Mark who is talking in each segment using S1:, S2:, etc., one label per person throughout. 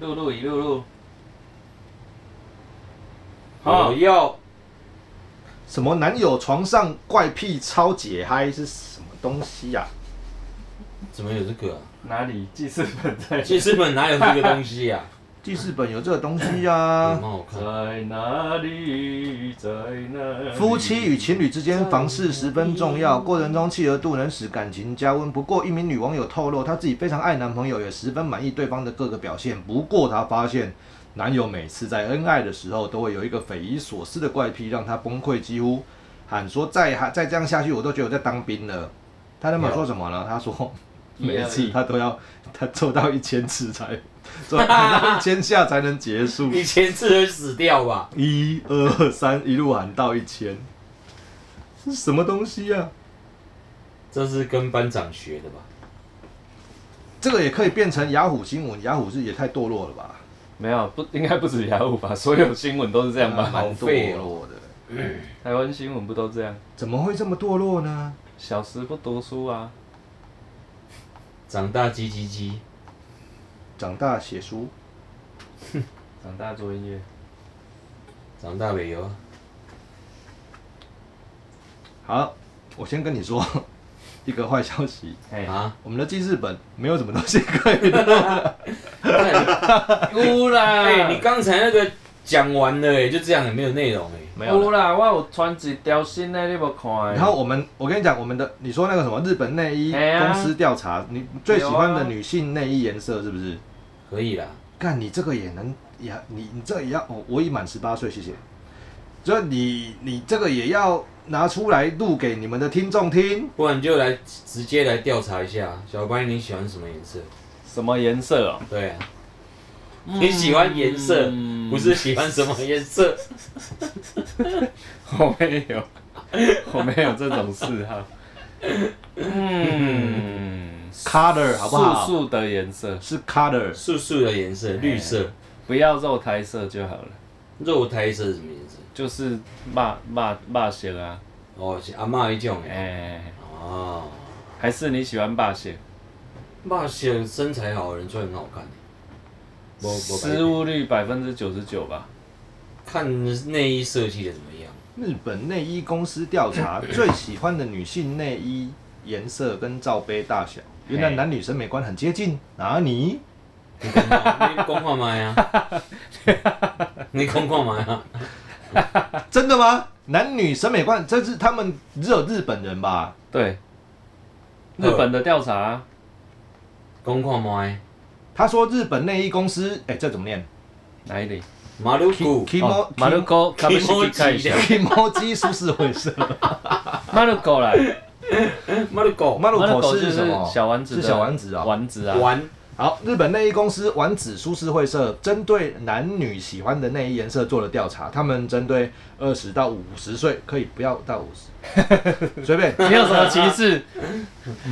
S1: 露露与露露，
S2: 我
S1: 哦
S2: 要
S3: 什么男友床上怪癖超解嗨是什么东西呀、
S2: 怎么有这个、啊？
S1: 哪里记事本在？
S2: 记事本哪有这个东西呀、
S3: 记事本有这个东西
S2: 啊？
S3: 呀、
S2: 有蛮好看的。
S1: 在哪里，在哪里？
S3: 夫妻与情侣之间房事十分重要，过程中契合度能使感情加温。不过，一名女网友透露，她自己非常爱男朋友，也十分满意对方的各个表现。不过，她发现男友每次在恩爱的时候，都会有一个匪夷所思的怪癖，让她崩溃，几乎喊说：“再还再这样下去，我都觉得我在当兵了。”她男朋友说什么呢？她说：“每次她都要她做到一千次才做到一千下才能结束。”
S2: 以前次会死掉吧？
S3: 一二三，一路喊到一千，这是什么东西啊？
S2: 这是跟班长学的吧？
S3: 这个也可以变成雅虎新闻，雅虎是也太堕落了吧？
S1: 没有不应该不止雅虎吧？所有新闻都是这样吧？
S2: 好
S3: 啊蛮
S2: 废
S3: 堕
S2: 哦
S3: 落的，
S1: 台湾新闻不都这样？
S3: 怎么会这么堕落呢？
S1: 小时不读书啊，
S2: 长大叽叽叽，
S3: 长大写书，
S1: 长大做音乐。
S2: 长大没有啊？
S3: 好，我先跟你说 一个坏消息，
S1: 哎，
S2: 啊？
S3: 我们的记事本没有什么东西可以
S1: 有 啦，
S2: 哎、你刚才那个讲完了、哎，就这样，也没有内容、哎。
S3: 没
S1: 有
S3: 有了。
S1: 啦，我有穿一条新的，你无看的。
S3: 然后我们，我跟你讲，我们的你说那个什么日本内衣
S1: 哎呀
S3: 公司调查，你最喜欢
S1: 有
S3: 的
S1: 啊
S3: 女性内衣颜色是不是？
S2: 可以啦，
S3: 干你这个也能也你你这也要我我已满十八岁，谢谢。所以你你这个也要拿出来录给你们的听众听。
S2: 不然就来直接来调查一下，啊小白你喜欢什么颜色？
S1: 什么颜色哦？
S2: 对啊，你喜欢颜色，不是喜欢什么颜色？
S1: 我没有， 我没有这种嗜 好。嗯，
S3: Color 好不好？
S1: 素素的颜色，
S3: 是 Color
S2: 素素的颜色，绿色，
S1: 不要肉胎色就好了，
S2: 肉胎色是什么颜色？
S1: 就是骂骂骂血啊。
S2: 哦，是阿嬷一种
S1: 哎、
S2: 诶。哦，
S1: 还是你喜欢霸血？
S2: 骂些身材好的人穿很好看欸，我我白
S1: 失误率百分之九十九吧。
S2: 看内衣设计的怎么样？
S3: 日本内衣公司调 查最喜欢的女性内衣颜色跟罩杯大小，原来
S1: 嘿
S3: 男女审美观很接近。哪里？
S2: 你讲看你讲看麦啊！你讲看麦啊！
S3: 啊真的吗？男女审美观，这是他们只有日本人吧？
S1: 对，
S2: 呃
S1: 日本的调查啊、
S2: 讲看麦，
S3: 他说日本内衣公司，哎、这怎么念
S1: 哪一里？
S2: 马鲁 古
S3: Kimo-
S1: 哦马鲁哥，卡布西
S2: Kimoji
S1: 看一下
S2: 的。
S3: ？Kimoji 舒适混色。
S1: 马鲁哥来，
S2: 马鲁古
S3: 马路
S1: 马鲁
S3: 口
S1: 哥
S3: 是
S1: 就
S3: 什
S1: 是
S3: 么？
S1: 小丸子的，
S3: 是小丸子啊、
S1: 丸子啊，
S2: 玩
S3: 好，日本内衣公司丸子舒适会社针对男女喜欢的内衣颜色做了调查，他们针对二十到五十岁，可以不要到五十， 随便
S1: 没有什么歧视。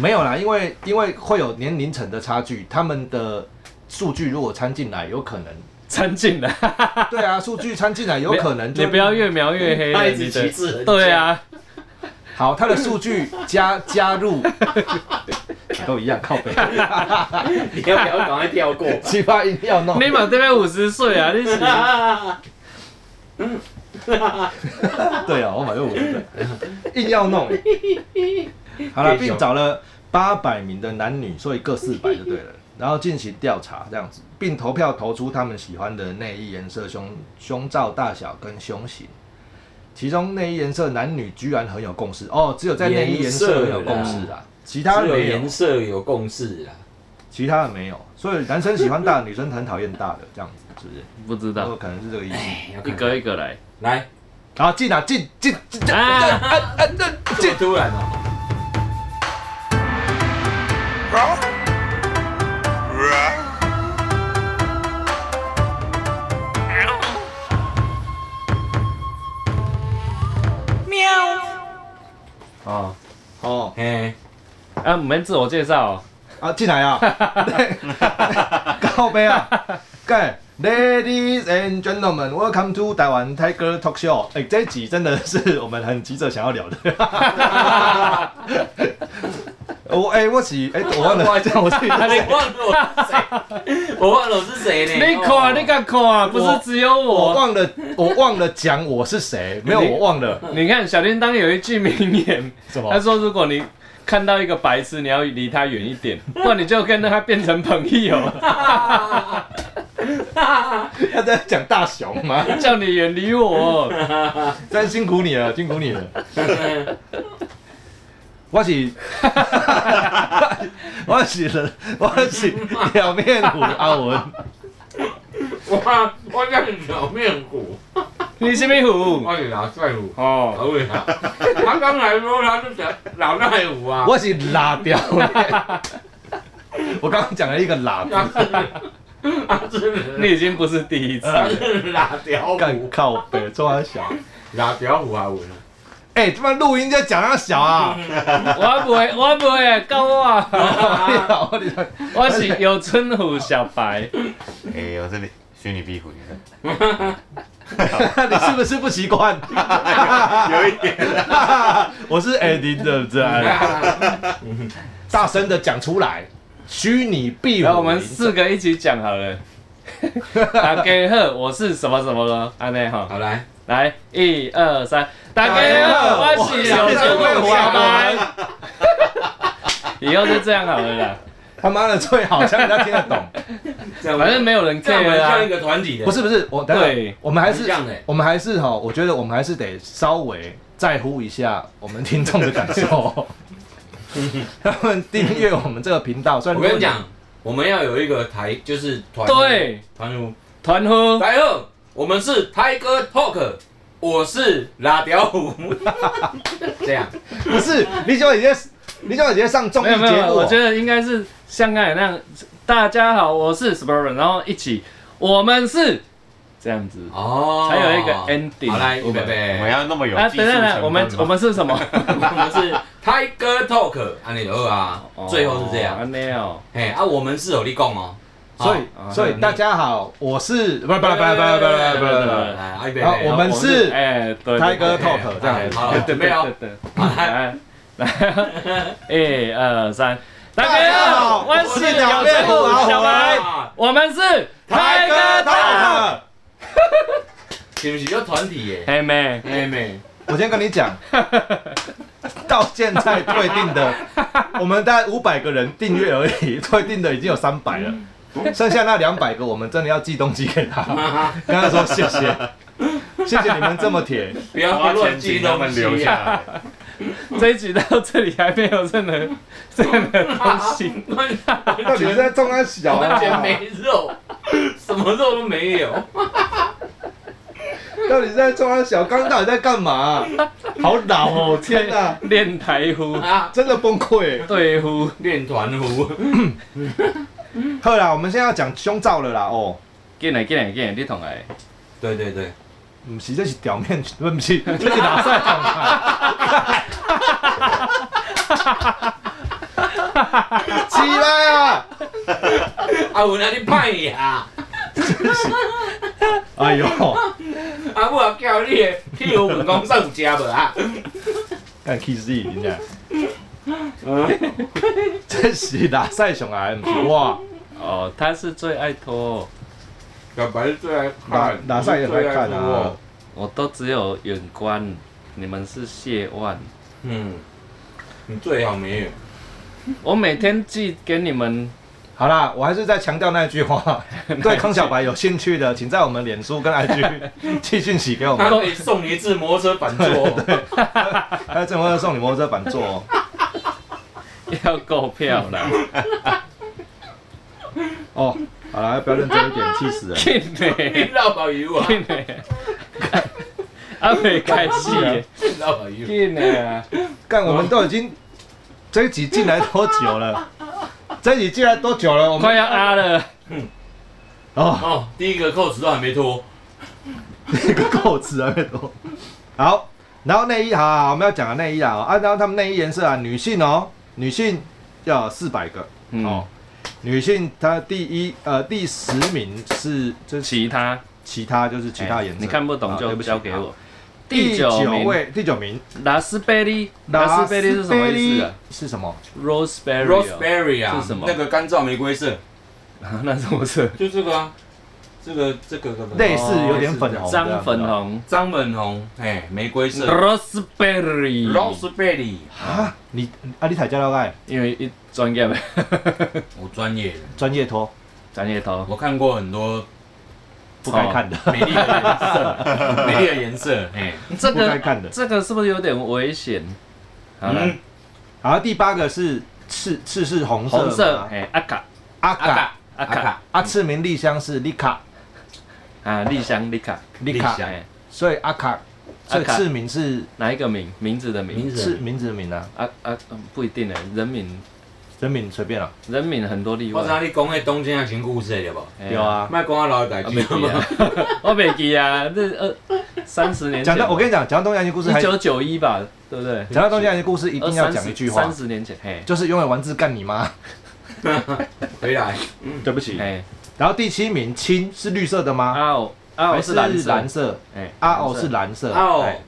S3: 没有啦，因为因为会有年龄层的差距，他们的数据如果掺进来，有可能。
S1: 参进来，
S3: 对啊，数据掺进来有可能就
S1: 你不要越描越黑
S2: 嗯他
S1: 了，
S2: 一直
S1: 你的
S2: 歧视人家
S1: 对啊，
S3: 好，他的数据加加 入都一样，靠北，
S2: 你要不要赶快跳过？
S3: 奇葩一定要弄。
S1: 你嘛这边五十岁啊， 你是
S3: 对啊，我买六五十硬要 弄。好了，并找了八百名的男女，所以各四百就对了。然后进行调查这样子，并投票投出他们喜欢的内衣颜色、胸胸罩大小跟胸型。其中内衣颜色男女居然很有共识哦，只有在内衣颜色有共识
S2: 颜色
S3: 啦，其他
S2: 他
S3: 的
S2: 有
S3: 没有
S2: 颜，色有共识啦，
S3: 其他的没有。所以男生喜欢大的，女生很讨厌大的，这样子是不 是？
S1: 不知
S3: 然后
S1: 道，
S3: 可能是这个意思。
S2: 要
S1: 一
S2: 看
S1: 个一个 来
S2: 来，
S3: 好，进啊，进进进进
S1: 啊，
S2: 这突然哦。
S1: 哦，
S3: 哦，
S2: 哎，
S1: 啊，我们自我介绍哦，
S3: 啊，进 来啊！告杯啊！干，Ladies and gentlemen, welcome to 台湾 Tiger Talk Show。哎、这一 集真的是我们很急着想要聊的。我哎、我是哎、 我忘了我自己
S2: 我忘了我是谁，我忘了我是谁呢？
S1: 你看，啊你敢看，不是只有
S3: 我
S1: 我。
S3: 忘了我忘了讲我是谁，没有
S1: 你
S3: 我忘了
S1: 你看小叮当有一句名言，
S3: 什
S1: 他
S3: 么。
S1: 说如果你看到一个白痴，你要离他远一点，不然你就跟他变成朋友，
S3: 他在讲大雄吗？
S1: 叫你远离我。
S3: 真辛苦你了，辛苦你了。我 是，我是，我是表面虎阿文，
S2: 我我叫你小面虎，
S1: 你是壁虎
S2: 我是老帅虎，
S1: 哦，
S2: 老魏啊，他刚才说他是老老帅虎啊，
S3: 我是拉表面。我刚刚讲了一个拉，
S2: 他是他是
S1: 你已经不是第一次
S2: 他
S1: 了。
S2: 是拉屌
S3: 干
S2: 虎，
S3: 靠北，做他小。
S2: 拉屌虎啊我呢，
S3: 哎、他妈录音在讲他小啊！
S1: 我不会，我不会，告我啊，
S3: 我你
S1: 我是有春虎小白。
S4: 哎、我这里虚拟壁虎，你
S3: 哎你是不是不习 惯？
S4: 看，有一点，
S3: 我是哎 Andy，对不对？大声的讲出来，虚拟壁
S1: 然
S3: 虎。
S1: 后我们四个一起讲好了。大家好，我是什么什么了？安内哈，
S2: 好来，
S1: 来一二三，大家好，我是有春虎小白。以后就这样好了啦，
S3: 他妈的最好，像人家听得懂。
S1: 反正没有人
S2: 这样我
S1: care
S2: 们像
S1: 啦。
S2: 一个团体的，
S3: 不是不是，我等
S1: 对
S3: 等，我们还
S2: 是
S3: 是
S2: 这样的欸
S3: 我们还是哈，我觉得我们还是得稍微在乎一下我们听众的感 受。他们订阅我们这个频道，虽然
S2: 我跟你，讲，我们要有一个台，就是团呼
S1: 对，
S2: 团呼。
S1: 团呼，
S2: 来后我们是 Tiger Talk，我是拉屌虎，这样
S3: 不是李小姐姐，李小姐姐上综艺
S1: 没有没
S3: 节
S1: 有，
S3: 目，
S1: 我觉得应该是像刚才那样，大家好，我是什么人，然后一起，我们是这样子。
S2: 哦
S1: 还有一个 ending
S2: 好来，
S1: 我
S2: 预
S1: 们
S2: 备
S4: 我们
S2: 备，
S4: 要那么有
S1: 啊，
S4: 技
S1: 等
S4: 术
S1: 等
S4: 成
S1: 等，
S4: 分
S1: 我们
S4: 吗
S1: 我们是什么？
S2: 我们是 Tiger Talk，安利二啊， 最后是这样，
S1: 安内哦。
S2: 嘿啊，我们是有立功哦，
S3: 所
S1: 好
S3: 以所以大家好，我是不不不不不不不不不不。
S2: 来，啊预备
S3: 好
S2: 备，
S3: 我们是
S1: 哎，对，
S3: 泰哥
S2: Talk，
S3: 这样
S2: 好准备哦，
S1: 对对对对来来，一二三，大家好，我是小
S3: 表
S1: 白
S3: 面虎阿
S1: 小白，我们是泰哥 Talk。
S2: 是不是就团体耶？
S1: 嘿妹，
S2: 妹妹，
S3: 我先跟你讲，到现在退订的，我们大概五百个人订阅而已，退订的已经有三百了，剩下那两百个，我们真的要寄东西给他，跟他说谢谢，谢谢你们这么铁。
S2: 不要
S4: 花
S2: 乱
S4: 钱
S2: 记
S4: 请他
S2: 东
S4: 们
S2: 西
S4: 留
S2: 啊，
S4: 下来，
S1: 这一集到这里还没有任何任何东西，
S3: 到底是在中安小
S2: 完
S3: 啊？
S2: 全没肉，什么肉都没有，
S3: 到底是在中安小？刚刚到底在干嘛、好老哦，天哪、
S1: 练台呼、
S2: 啊，
S3: 真的崩溃。
S1: 对呼，
S2: 练团呼。
S3: 好啦，我们现在要讲胸罩了啦，哦。
S1: 进来进来进来，你同来，
S2: 对对对，
S3: 不是，这是表面， 不不是，这是哪赛场啊？ 起来啊！
S2: 啊，有哪里歹呀？
S3: 哎呦，
S2: 啊，我也叫你的去游泳讲上有食无啊？
S3: 看 K Z 真的，这是哪赛熊啊？不是我，
S1: 哦，他是最爱拖，
S2: 小白最爱
S3: 哪哪赛也来看啊？
S1: 我都只有远观，你们是谢万。
S2: 嗯，你最好没有。
S1: 我每天寄给你们，
S3: 好啦，我还是再强调那句话，对康小白有兴趣的，请在我们脸书跟 IG 寄讯息给我
S2: 他
S1: 哦
S3: 们，
S2: 可以送你一次摩托车 反座，
S3: 还有郑文会送你摩托车板座哦。
S1: 要购票啦，
S3: 哦，好啦，不要认真一点，气死人。
S1: 进
S2: 你
S1: 嘞
S2: 老保佑 啊，
S1: 进嘞，阿美开戏耶，
S2: 你老保佑。
S1: 进嘞啊！
S3: 干，我们都已经这一集进来多久 了？这一集进来多久了？我
S1: 快
S3: 们
S1: 要啊了，
S3: 哦，
S2: 哦，第一个扣子都还没脱，
S3: 那个扣子还没多。好，然后内衣，好好，好我们要讲的内衣啊，啊，然后他们内衣颜色啊，女性哦，女性要四百个，哦
S1: 嗯，
S3: 女性她第一呃第十名是这
S1: 其他
S3: 其他就是其他颜色，
S1: 哎你看不懂
S3: 啊
S1: 就交给。
S3: 对不起
S1: 我
S3: 好。
S1: 第九名
S3: 位，第九名，
S1: 拉斯贝利，拉斯贝利是什么意思啊
S3: 是什么？
S1: ？Roseberry 哦
S2: Roseberry 啊，
S1: 是什么
S2: 那个干燥玫瑰色，
S1: 那是不是？
S2: 就这个啊，这个这个这个
S3: 类似有点粉红，
S1: 张粉红
S2: 张本红，哎，玫瑰色
S1: ，Roseberry，
S2: ，Roseberry，
S3: 啊！你啊，你才叫到爱
S1: 因为一专业的
S2: 我专业的，
S3: 专业托
S1: 专业头，
S2: 我看过很多
S3: 不该看的，
S2: 美丽的 颜色，美丽的颜色，哎，
S1: 这
S3: 不该
S1: 个
S3: 看的。
S1: 这个是不是有点危险？好了，
S2: 嗯，
S3: 然后第八个是赤赤是红色嘛，
S1: 红色，哎，阿卡
S3: 阿
S2: 阿
S3: 卡
S2: 卡
S1: 啊阿
S2: 阿
S1: 卡
S2: 卡，
S3: 阿赤名丽香是丽卡
S1: 啊，丽香丽卡，
S3: 丽
S2: 丽香
S3: 卡，
S1: 哎，
S3: 所以阿卡所以
S1: 阿卡
S3: 赤名是
S1: 哪一个名？名字的
S2: 名
S1: 名？
S2: 字
S3: 是名字的名啊，
S1: 啊啊，嗯不一定哎，人名
S3: 人名随便啊，
S1: 人名很多例
S2: 我知道
S1: 外。
S2: 你讲的东京爱情故事对不？
S1: 哎呀
S3: 有，啊。
S2: 卖讲啊老代
S1: 啊
S2: 志
S1: 没，记啊， 我没记啊，这二三十年前
S3: 讲到我跟你讲，讲到东洋的故事还
S1: 一九九一吧，对不对？
S3: 讲到东洋的故事，一定要讲一句话
S1: 三，十年前，嘿，
S3: 就是永远玩字干你妈。
S2: 回来，
S3: 对不起
S1: 哎，
S3: 然后第七名青是绿色的吗？
S1: 阿欧阿欧
S3: 啊还
S1: 是蓝色，
S3: 蓝色，
S1: 哎，
S3: 阿欧是蓝色。
S2: 哦
S3: 哎，，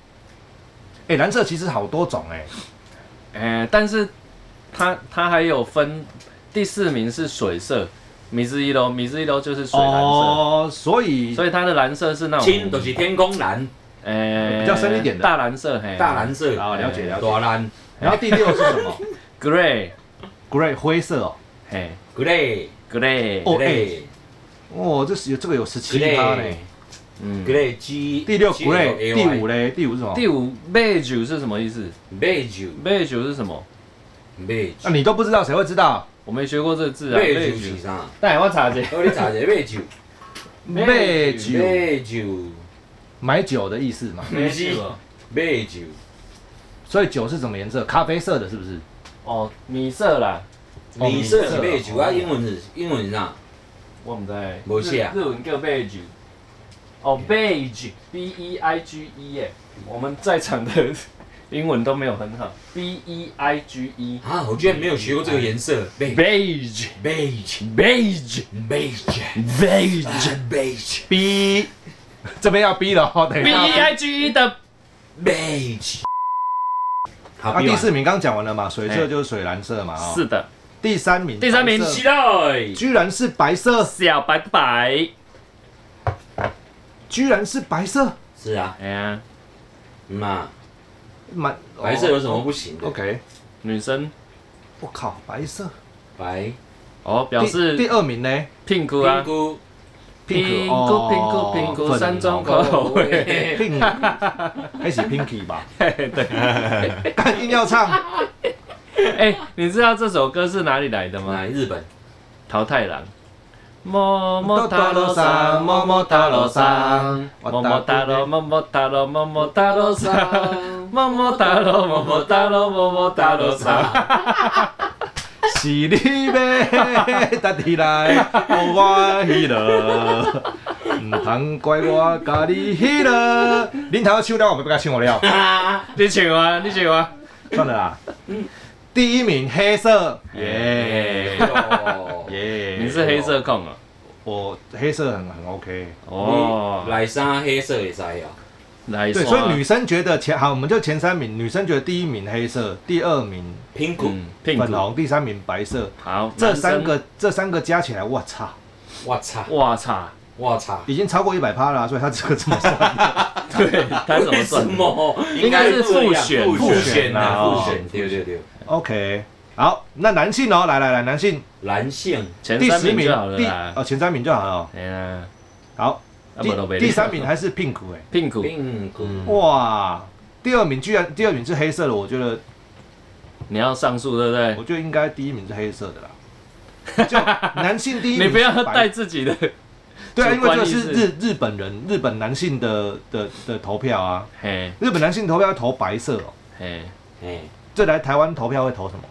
S3: 哎，蓝色其实好多种哎，
S1: 哎，但是它它还有分第四名是水色，米字一楼，米字一楼就是水蓝色，
S3: 哦，所以
S1: 所以它的蓝色是那种
S2: 青就是天空蓝，
S1: 哎
S3: 比较深一点的
S1: 大蓝色，嘿，
S2: 大蓝色，
S3: 好了解了解。
S2: 大蓝
S3: 然后第六是什么
S1: grey，
S3: ？grey 灰色哦，
S1: 嘿
S2: ，grey
S1: grey，
S3: 哦
S2: grey
S3: 哦，这是有这个有十七趴呢
S2: grey。
S1: 嗯
S2: grey G
S3: 第六 grey，第五嘞，第五是什么？
S1: 第五 beige 是什么意思
S2: beige
S1: ？beige 是什么？
S3: 那
S2: beige
S3: 啊你都不知道，谁会知道？
S1: 我没学过这个字啊。
S2: beige 是啥？
S1: 但我查一下。
S2: 我你查一下 beige
S3: 卖酒，
S2: beige
S3: 买酒的意思嘛。
S2: 不是 beige
S3: 所以酒是什么颜色？咖啡色的，是不是？
S1: 哦，米色啦，
S3: 哦
S2: 米色是
S3: 米
S2: beige 啊，英文是英文是啥？
S1: 我唔知。
S2: 无写啊
S1: 日日文叫 beige。哦，beige，b e i g e 耶。我们在场的英文都没有很好，b e i g e。
S2: 啊，我居然没有学过这个颜色 beige
S1: beige
S2: beige
S1: beige
S2: beige 아,
S1: beige
S2: beige
S3: 逼，这边要逼了哦，等
S1: b
S3: 一
S1: e
S3: 下。
S1: i g e 的
S2: beige。好，
S3: 啊，
S2: 比
S3: 第
S2: 完
S3: 四名刚讲完了嘛，水色
S1: 哎
S3: 就是水蓝色嘛。哦
S1: 是的，
S3: 第三名，
S1: 第三名
S3: 白色
S2: 期待
S3: 居然是白色，
S1: 小白白。
S3: 居然是白色，
S2: 是啊，
S1: 哎呀，
S2: 嗯嘛，
S3: 蛮
S2: 白色有什么不行
S3: 哦
S2: 的？
S3: ？OK，
S1: 女生
S3: 我靠，白色。
S2: 白
S1: 哦，表示
S3: 第第二名呢？
S1: pink 啊
S2: 评。估
S1: 苹
S3: Pink，
S1: 果，
S3: 哦
S1: 苹果，苹果，
S3: 粉
S1: 山
S3: 哦
S1: 中口 味。
S3: Pink，还是 Pinky 吧？
S1: 对，
S3: 干硬要 唱，
S1: 哎，你知道这首歌是哪里来的吗？
S2: 来日本，
S1: 桃太郎。么么哒罗桑，么么哒罗桑，么么哒罗，么么哒罗，么么哒罗桑，么么哒罗，么么哒罗，么么哒罗桑。
S3: 是你呗， 搭起来，有我迄落，唔通怪我家你迄落。恁头唱了，我咪不甲唱我了，
S1: 哎你请啊，你请啊。
S3: 算了啦。第一名黑色，耶
S2: 哟
S3: 耶，
S1: 哎你是黑色控啊？
S3: 我黑色很很 OK。
S1: 哦嗯
S2: 你，奶衫黑色也塞啊，
S1: 来
S3: 对，
S1: 说啊
S3: 所以女生觉得前好，我们就前三名，女生觉得第一名黑色，第二名
S2: 苹果，
S1: 嗯，屁
S3: 粉
S1: 股
S3: 红，第三名白色，
S1: 好，
S3: 这
S1: 男生
S3: 三，个这三个加起来，我操，
S2: 我操，
S1: 哇操，
S2: 我操，
S3: 已经超过一百趴了啊，所以他这个怎么 算？
S1: 对，他怎么
S2: 为什
S1: 算？
S2: 么？
S1: 应该是复选
S2: 复
S3: 复
S2: 选
S3: 选啊
S2: 啊，
S3: 哦
S2: 复选，对对对，
S3: OK，好，那男性哦，来来来，男性
S2: 蓝线
S1: 前
S3: 第
S1: 三
S3: 十
S1: 名
S3: 名
S1: 就好了，
S3: 第
S1: 啦。
S3: 哦前三名就好了哦。
S1: 哎呀，
S3: 好，
S1: 啊
S3: 第
S1: 不都没
S3: 第
S1: 你
S3: 三名还是 pink 哎、
S1: 屁股，
S2: 苹果，
S1: 嗯
S3: 哇，第二名居然第二名是黑色的，我觉得
S1: 你要上诉对不对？
S3: 我觉得应该第一名是黑色的啦。就男性第一 名
S1: 你不
S3: 是白，
S1: 要带自己的，
S3: 对啊，因为这
S1: 主
S3: 个是
S1: 观意识
S3: 日日本人日本男性的的的投票啊，
S1: 嘿，
S3: 日本男性投票要投白色哦。
S1: 嘿，
S2: 哎，
S3: 这来台湾投票会投什么？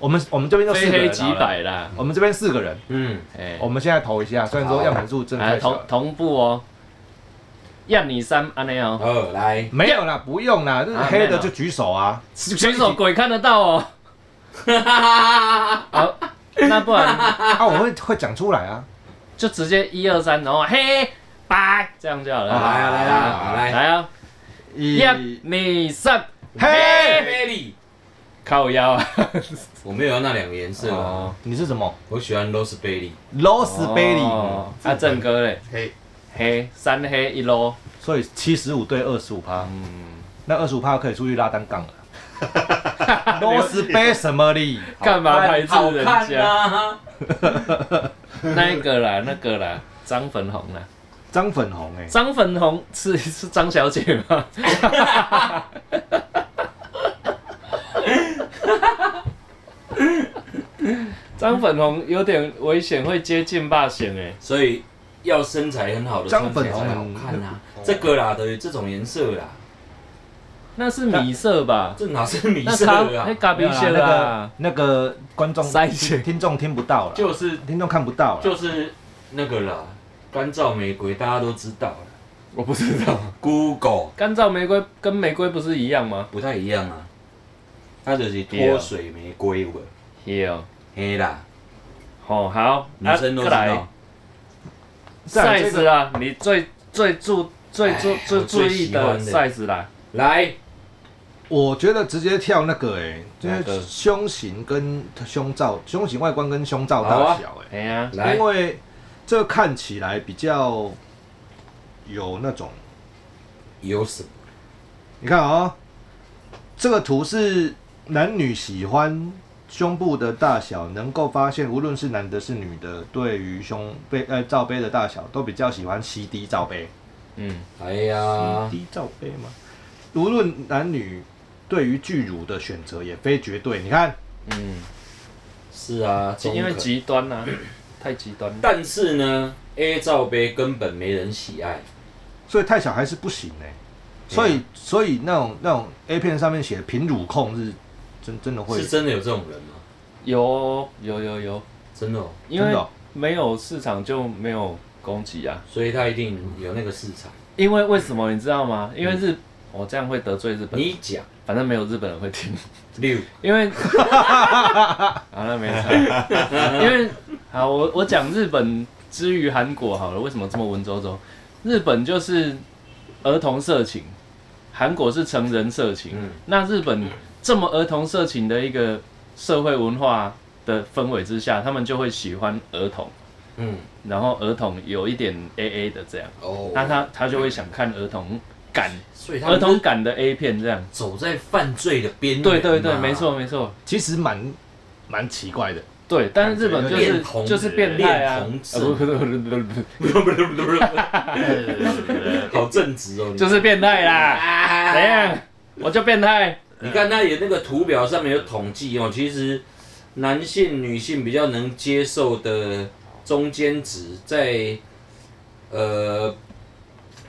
S3: 我们我们这边就四
S1: 非
S3: 个
S1: 黑
S3: 人
S1: 即
S3: 好了，
S1: 白啦，
S3: 我们这边四个人，
S2: 嗯，
S1: 嘿
S3: 我，们现在投一下，虽
S1: 啊
S3: 然说样本数真的
S1: 来
S3: 太少
S1: 同
S3: 了，
S1: 同步哦，要你三安尼哦，
S2: 好来，
S3: 没有啦，不用啦，就是
S1: 啊
S3: 黑
S1: 没
S3: 的
S1: 有
S3: 就举手啊，
S1: 选手鬼看得到 哦，好，那不然
S3: 啊，我会会讲出来啊，
S1: 就直接一二三，然后黑白这样就好了
S2: 来
S1: 啊，
S2: 啊来啊来啊，
S1: 来啊，
S3: 一
S1: 一、二、三，
S3: 嘿，
S2: Berry，
S1: 靠腰啊！
S2: 我没有要那两个颜色
S1: 哦
S2: 啊，
S3: 你是什么
S2: 我喜欢 Rose Berry，
S3: ？Rose Bailey，
S1: 哦啊，正哥嘞，
S4: 嘿，
S1: 黑三黑一喽，
S3: 所以七十五对二十五趴，
S1: 嗯，
S3: 那二十五趴可以出去拉 单杠了。Rose Bay 什么力？
S1: 干嘛排斥
S2: 好
S1: 人
S2: 看
S1: 家？
S2: 啊！
S1: 那一个啦，那个啦，张粉红啦，
S3: 张粉红哎，
S1: 张粉红是是张小姐吗？张粉红有点危险，会接近霸险哎。
S2: 所以要身材很好的
S3: 张粉
S2: 穿起来才
S3: 红
S2: 好看啊，这个啦，等于这种颜色啦，
S1: 那是米色吧？
S2: 这哪是米
S1: 那
S2: 色
S1: 他
S2: 啊
S1: 那？咖
S3: 没
S1: 啡
S3: 有啦
S1: 色啦，
S3: 那个那个观众
S1: 啊塞钱
S3: 听众听不到了，
S2: 就是
S3: 听众看不到了。
S2: 就是那个啦，干燥玫瑰大家都知道了
S1: 我不知道。
S2: ，Google
S1: 干燥玫瑰跟玫瑰不是一样吗？
S2: 不太一样啊，它就是脱水玫瑰味，
S1: 有，
S2: 黑啦，
S1: 哦好，
S2: 女生都知
S1: 啊再来
S2: 道。
S3: 再来这
S1: size 啦，你最最注最注
S2: 哎
S1: 最
S2: 我
S1: 注
S2: 最
S1: 意
S2: 喜欢
S1: 的
S2: 的
S1: size 啦，
S2: 来，
S3: 我觉得直接跳那个哎，就
S1: 哪
S3: 是
S1: 个
S3: 胸型跟胸罩、胸型外观跟胸罩
S2: 好
S3: 大
S2: 啊
S3: 小哎，
S1: 哎呀，
S2: 来
S3: 因为这看起来比较有那种
S2: 有什么？
S3: 你看啊、哦，这个图是男女喜欢胸部的大小，能够发现无论是男的是女的，对于胸杯呃罩杯的大小都比较喜欢 CD 罩杯。
S1: 嗯，
S2: 哎呀，
S3: CD 罩杯吗？无论男女，对于巨乳的选择也非绝对。你看，
S1: 嗯，
S2: 是啊，中
S1: 因为
S2: 肯
S1: 极端 呐，太极端了，
S2: 但是呢，A 罩杯根本没人喜爱，
S3: 所以太小还是不行呢、所以，所以那种那种 A 片上面写的平乳控是真真的会
S2: 是真的有这种人吗？
S1: 有有有有，
S2: 真的、哦，
S1: 因
S3: 真
S1: 为
S3: 的哦
S1: 没有市场就没有供给啊。
S2: 所以他一定有那个市场。
S1: 因为为什么你知道吗？因为日我这样会得罪日本人，
S2: 嗯你讲
S1: 反正没有日本人会听。
S2: 六，
S1: 因 为，好了，没事。因为好，我我讲日本之于韩国好了，为什么这么文绉绉？日本就是儿童色情，韩国是成人色情。
S2: 嗯
S1: 那日本这么儿童色情的一个社会文化的氛围之下，他们就会喜欢儿童，
S2: 嗯，
S1: 然后儿童有一点 A A 的这样，
S2: 哦，
S1: 那他他就会想看儿童感、
S2: 所以他
S1: 儿
S2: 们
S1: 童
S2: 是
S1: 感的 A 片这样。
S2: 走在犯罪的边缘嘛。
S1: 对对对，没错没错。
S3: 其实蛮蛮奇怪的。
S1: 对，但是日本就
S2: 感觉有
S1: 是
S2: 恋童
S1: 就是变态啊，
S2: 恋童
S1: 呃
S2: 症
S1: 不不 不不不不，
S2: 不是，不是不是不是，好正直哦，你
S1: 就是变态 啦，
S2: 啊
S1: 怎样？我就变态，
S2: 你看那里那个图表上面有统计哦，其实男性、女性比较能接受的中间值在呃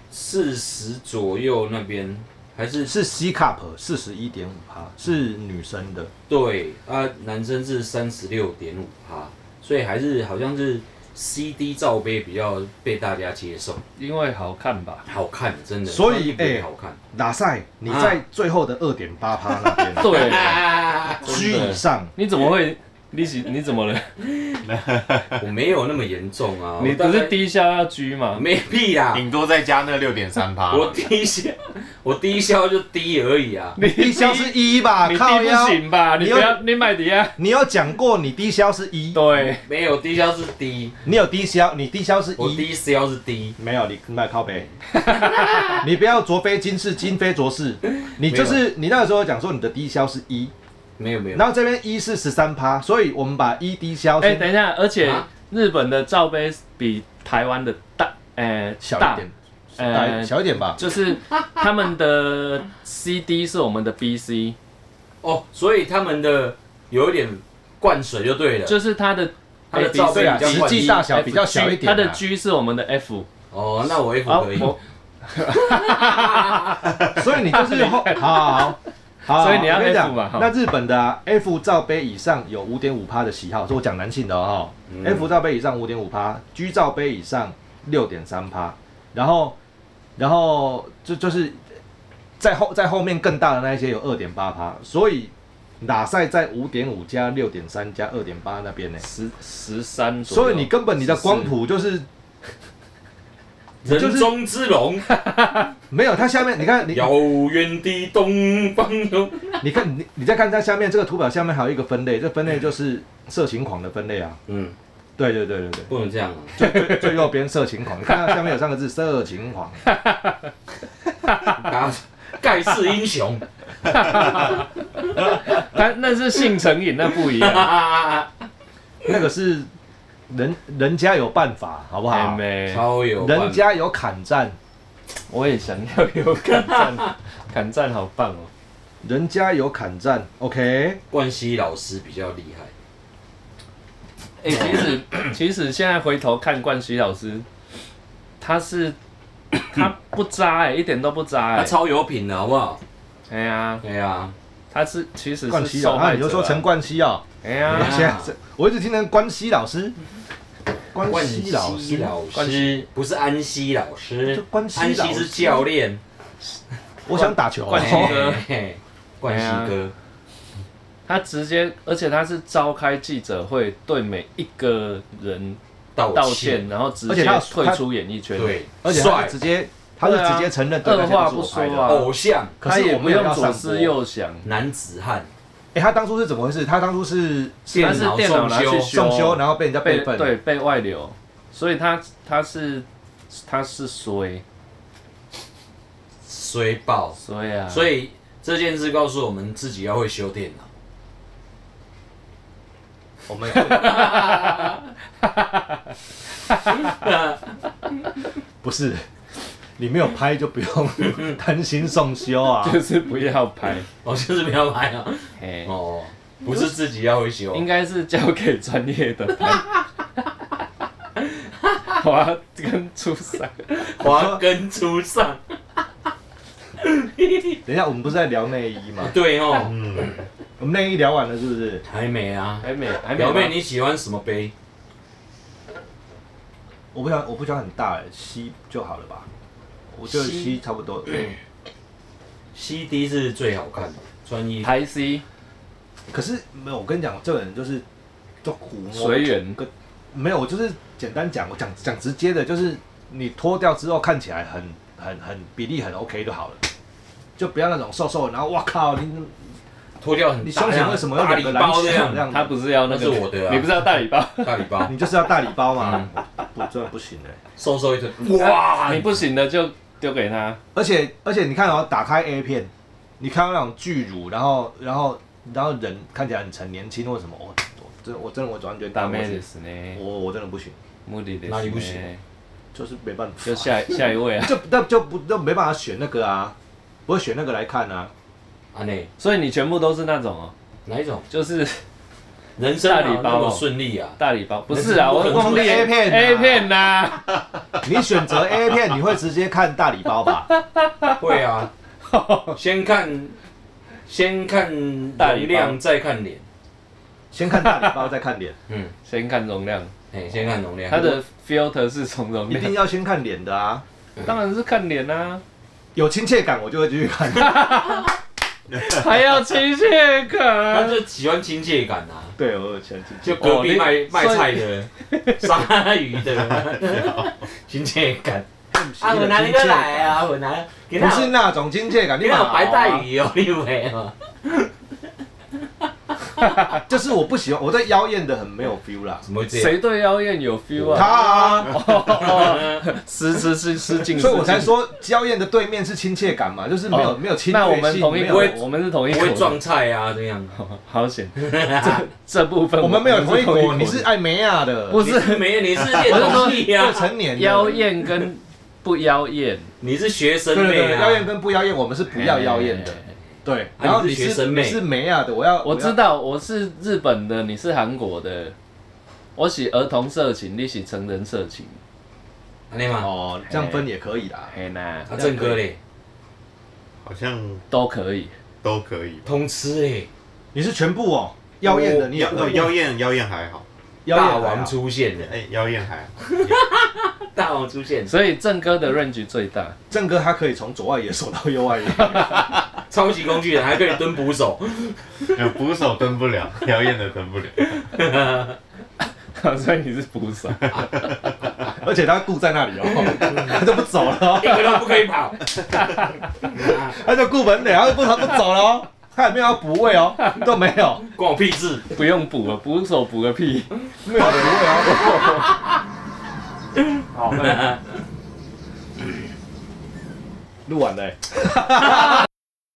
S2: 四十左右那边，还是
S3: 是 C cup 四十一点五趴，是女生的。
S2: 对啊，男生是三十六点五趴，所以还是好像是 CD 罩杯比较被大家接受，
S1: 因为好看吧？
S2: 好看真的，
S3: 所以
S2: 穿衣服也
S3: 哎
S2: 好看，
S3: 拉塞，你
S1: 啊
S3: 在最后的二点 八趴那边
S1: 哎对，
S3: 居以上，
S1: 你怎么会？你是你怎么了？
S2: 我没有那么严重啊，
S1: 你
S2: 我大
S1: 不
S2: 概
S1: 是低消要居吗？
S2: 没屁啦，
S4: 顶多再加那六点三趴。
S2: 我低消，我低消就低而已啊。
S1: 你
S3: 低消是一吧？
S1: 你低
S3: 啊靠
S1: 不
S3: 腰，
S1: 行吧？你
S3: 你
S1: 不
S3: 又
S1: 要你买底啊？
S3: 你有讲过你低消是一，
S1: 对，
S2: 没有低消是低，
S3: 你有低消，你低消是
S2: 我
S3: 一，
S2: 低消是低，
S3: 没有你卖靠背， 你不要昨非今是，今非昨是，你就是你那个时候讲说你的低消是一，
S2: 没有没有。
S3: 然后这边一是十三趴，所以我们把一低消
S1: 哎，
S3: 先
S1: 等一下，而且
S2: 啊
S1: 日本的罩杯比台湾的大，哎，
S3: 小一
S1: 大，
S3: 点，大
S1: 呃，
S3: 小一点吧，
S1: 就是他们的 CD 是我们的 BC。
S2: 哦，所以他们的有一点灌水就对了。
S1: 就是它的
S2: 它的罩杯
S3: 对啊，
S2: 比较
S3: 实
S2: 换
S3: 际
S2: 衣
S3: 大小比较小一点
S1: 哎
S3: 啊，
S1: 它的 G 是我们的 F
S2: 哦，那我 F
S1: 啊
S2: 可以。
S1: 我
S3: 所以你就是后好好 好好，
S1: 所以你要
S3: 我跟
S1: F
S3: 讲
S1: 嘛哈
S3: 那日本的、啊、F 罩杯以上有五点五趴的喜好，是我讲男性的哦、
S2: 嗯
S3: f 罩杯以上五点五趴，G 罩杯以上六点三趴，然后然后就就是在后在后面更大的那一些有二点八趴，所以哪赛在五点五加六点三加二点八那边呢？
S1: 十十三左右，
S3: 所以你根本你的光谱就是
S2: 人
S3: 就是
S2: 中之 龙，
S3: 没有，它下面你看你
S2: 遥远的东方有
S3: 你看你你再看它下面这个图表下面还有一个分类，这分类就是色情狂的分类啊。
S2: 嗯，
S3: 对对对对对。
S2: 不能这样啊。
S3: 最最右边色情狂，你看它下面有三个字色 情狂，
S2: 啊盖世英雄，
S1: 但那是性成瘾，那不一 样。
S3: 那个是人人家有办法，好不
S1: 哎
S3: 好？
S1: 妹，
S2: 超有办法
S3: 人家有砍战，
S1: 我也想要有砍 战，砍战好棒哦！
S3: 人家有砍战，OK？
S2: 冠希老师比较厉害，
S1: 哎、其 实其实现在回头看冠希老师，他 是他不渣哎、一点都不渣
S2: 他
S1: 哎、
S2: 超有品的好不好？
S1: 哎呀，
S2: 对啊，
S1: 他是其实
S3: 冠
S1: 是
S3: 希
S1: 受
S3: 啊，
S1: 害
S3: 啊
S1: 者、
S3: 你就说陈冠希啊，
S1: 哎呀，
S2: 啊
S3: 现在这我一直听成关西老师，关
S2: 冠
S3: 西
S2: 希
S3: 老
S2: 老
S3: 师，
S1: 冠
S2: 师不是安西老
S3: 就
S2: 师，
S3: 冠希
S2: 安
S3: 老
S2: 西
S3: 师
S2: 是教练，
S3: 我想打球
S1: 冠希
S3: 哦，
S1: 哥
S2: 嘿嘿冠希哥，
S1: 他直接，而且他是召开记者会，对每一个人道
S2: 道
S1: 歉，
S2: 歉，
S1: 然后直
S3: 而且
S1: 接
S3: 他
S1: 退出演艺圈。，
S2: 对，
S3: 而且他
S2: 帅
S3: 是直接他是
S1: 对啊
S3: 直接承认对
S1: 二
S3: 方
S1: 话
S3: 是
S1: 不
S3: 我
S1: 说
S3: 拍
S1: 啊
S3: 的，
S2: 偶像
S3: 可
S1: 他
S3: 是
S1: 也
S3: 我
S1: 不
S3: 没有
S1: 用
S3: 要
S1: 左
S3: 上
S1: 思
S3: 播。
S1: 右想，
S2: 男子汉，
S3: 哎，他当初是怎么回事？他当初是
S2: 电
S1: 他是
S2: 脑
S1: 电脑
S2: 送
S1: 拿去
S2: 修，
S1: 修
S3: 送修，然后被人家
S1: 被
S3: 背叛，
S1: 对被外流，所以他他是他是衰
S2: 衰爆，
S1: 衰啊，
S2: 所以这件事告诉我们自己要会修电脑。
S3: 我们不是，你没有拍就 不用担心送修啊。
S1: 就是不要拍，
S2: 哦，就是不要拍啊！
S1: 哎，
S2: 哦，不是自己要会修，
S1: 应该是交给专业的拍。好啊，跟初三，
S2: 华根初上。
S3: 等一下，我们不是在聊内衣吗？
S2: 对哦，
S3: 我们内衣聊完了是不是？
S2: 还没啊。
S1: 还没还没
S2: 表
S1: 吗
S2: 妹你喜欢什么杯？
S3: 我不想，我不想很大，C 就好了吧？我觉得 C 差 不多。
S2: 西堤是最好看的，穿衣服
S1: 台 C
S3: 可是没有，我跟你讲，这个人就是就胡摸
S1: 随缘，
S3: 没有，我就是简单讲，我讲讲直接的，就是你脱掉之后看起来很很很比例很 OK 就好了，就不要那种瘦瘦的，然后哇靠，你
S2: 脱掉很
S3: 你
S2: 大
S3: 胸前为什么有
S2: 大
S3: 两
S2: 礼
S3: 个篮
S2: 包
S3: 球
S2: 这
S3: 这
S2: 样？
S3: 样？
S1: 他不是要那
S2: 那
S1: 个
S2: 是我的啊
S1: 你不是要大礼包？
S2: 大礼包
S3: 你就是要大礼包嘛？不，真的不行哎、
S2: 瘦瘦一腿，哇！
S1: 你不行的就丢给他，
S3: 而且而且你看哦，打开 A 片，你看到那种巨乳，然后然后然后人看起来很成年轻或什么，我我真我真的我转完全
S1: ダ
S3: 过
S1: メで
S3: 去，
S1: すね。
S3: 我我真的不行，
S1: 無理です
S2: 哪里不
S1: ね
S2: 行。
S3: 就是没办法，
S1: 就下下一位啊。
S3: 就那就不那没办法选那个啊，不会选那个来看啊。
S2: 啊内
S1: 所以你全部都是那种哦，
S2: 哪一种？
S1: 就是
S2: 人生
S1: 大
S2: 啊
S1: 礼
S2: 那
S1: 包哦
S2: 么顺利啊？
S1: 大礼包，不是啊，我
S2: 那是
S1: 我
S2: 不可
S1: 们
S2: 能出
S3: A 片啊
S1: A 片啊呐，
S3: 你选择 A 片，你会直接看大礼包吧？
S2: 会啊，先看先看
S1: 大礼包
S2: 容量，再看脸。
S3: 先看大礼包，再看脸，
S2: 嗯，
S1: 先看容量，
S2: 哎，先看容量。
S1: 它的 filter 是从容
S3: 一定
S1: 量，
S3: 要先看脸的啊。
S1: 当然是看脸啊，
S3: 有亲切感，我就会继续看。
S1: 还要亲切
S2: 他
S1: 感。
S2: 就喜欢亲切感啊。
S3: 对，我有亲切感。
S2: 就隔
S1: 哦
S2: 壁
S1: 你
S2: 卖卖
S1: 所以
S2: 菜的、 杀鱼的，亲切感。啊，我拿那个来啊，我拿，给
S3: 不
S2: 他
S3: 是那种亲切感，
S2: 给
S3: 你啊买
S2: 他白带，鱼哦，你喂哦。
S3: 就是我不喜欢，我对妖艳的很没有 feel 啦。
S2: 怎么会这样？
S1: 谁对妖艳有 feel
S3: 他
S1: 啊？
S3: 啊，
S1: 失失失失敬，
S3: 所以我
S1: 失敬
S3: 才说妖艳的对面是亲切感嘛，就是没有
S1: 哦
S3: 没有亲
S1: 那我
S3: 略
S1: 们
S3: 性，
S1: 同一
S3: 没
S1: 口
S3: 有
S2: 会
S1: 我们是同一
S2: 不
S1: 口
S2: 会
S1: 的，
S2: 撞菜啊，这样。
S1: 好险，这 这部分
S3: 我们没有同一
S1: 是
S3: 国，
S1: 的
S3: 你是艾梅亚的，
S1: 不
S2: 你
S1: 是
S2: 是没有，你是练东西
S3: 未
S2: 呀，
S3: 成年的
S1: 妖，艳跟不妖艳？
S2: 你是学
S3: 对
S2: 生
S3: 对对，
S2: 妹
S3: 妖艳
S2: 啊。
S3: 跟不妖艳，我们是不要妖艳的，
S1: 哎
S3: 对。
S2: 啊
S3: 然后
S2: 你
S3: 你
S2: 是学
S3: 是
S2: 生
S3: 你
S2: 妹
S3: 是梅亚的，我要
S1: 我
S3: 要
S1: 知道我是日本的，你是韩国的，我喜儿童色情，你喜成人色情。
S2: 安尼嘛，
S3: 哦，这样分
S2: 哎
S3: 也可以啦。
S1: 嘿呐，
S2: 啊正哥嘞，
S4: 好像
S1: 都可以。
S4: 都可以吧。
S2: 通吃哎，
S3: 你是全部哦，妖艳的你也
S4: 妖
S3: 可以，
S4: 妖艳妖艳还好，
S3: 妖艳
S2: 大
S3: 的还啊
S2: 王
S3: 好
S2: 出现了，
S4: 哎，妖 艳还好，
S2: 大王出现，
S1: 所以正哥的 range 最大，
S3: 正哥他可以从左外野守到右外野，
S2: 超级工具人还可以蹲捕 手，
S4: 呃捕手蹲不了，妖艳的蹲不了。
S1: 所以你是捕手。
S3: 而且他固在那里哦，他就不走了哦、
S2: 一个都不可以跑。 啊
S3: 他就固本垒，他就不他不走了、哦，他也没有要补位哦，都没有，
S2: 关我屁事！
S1: 不用补了，补手补个屁。
S3: 没有补位哦。
S1: 好，
S3: 录完了欸、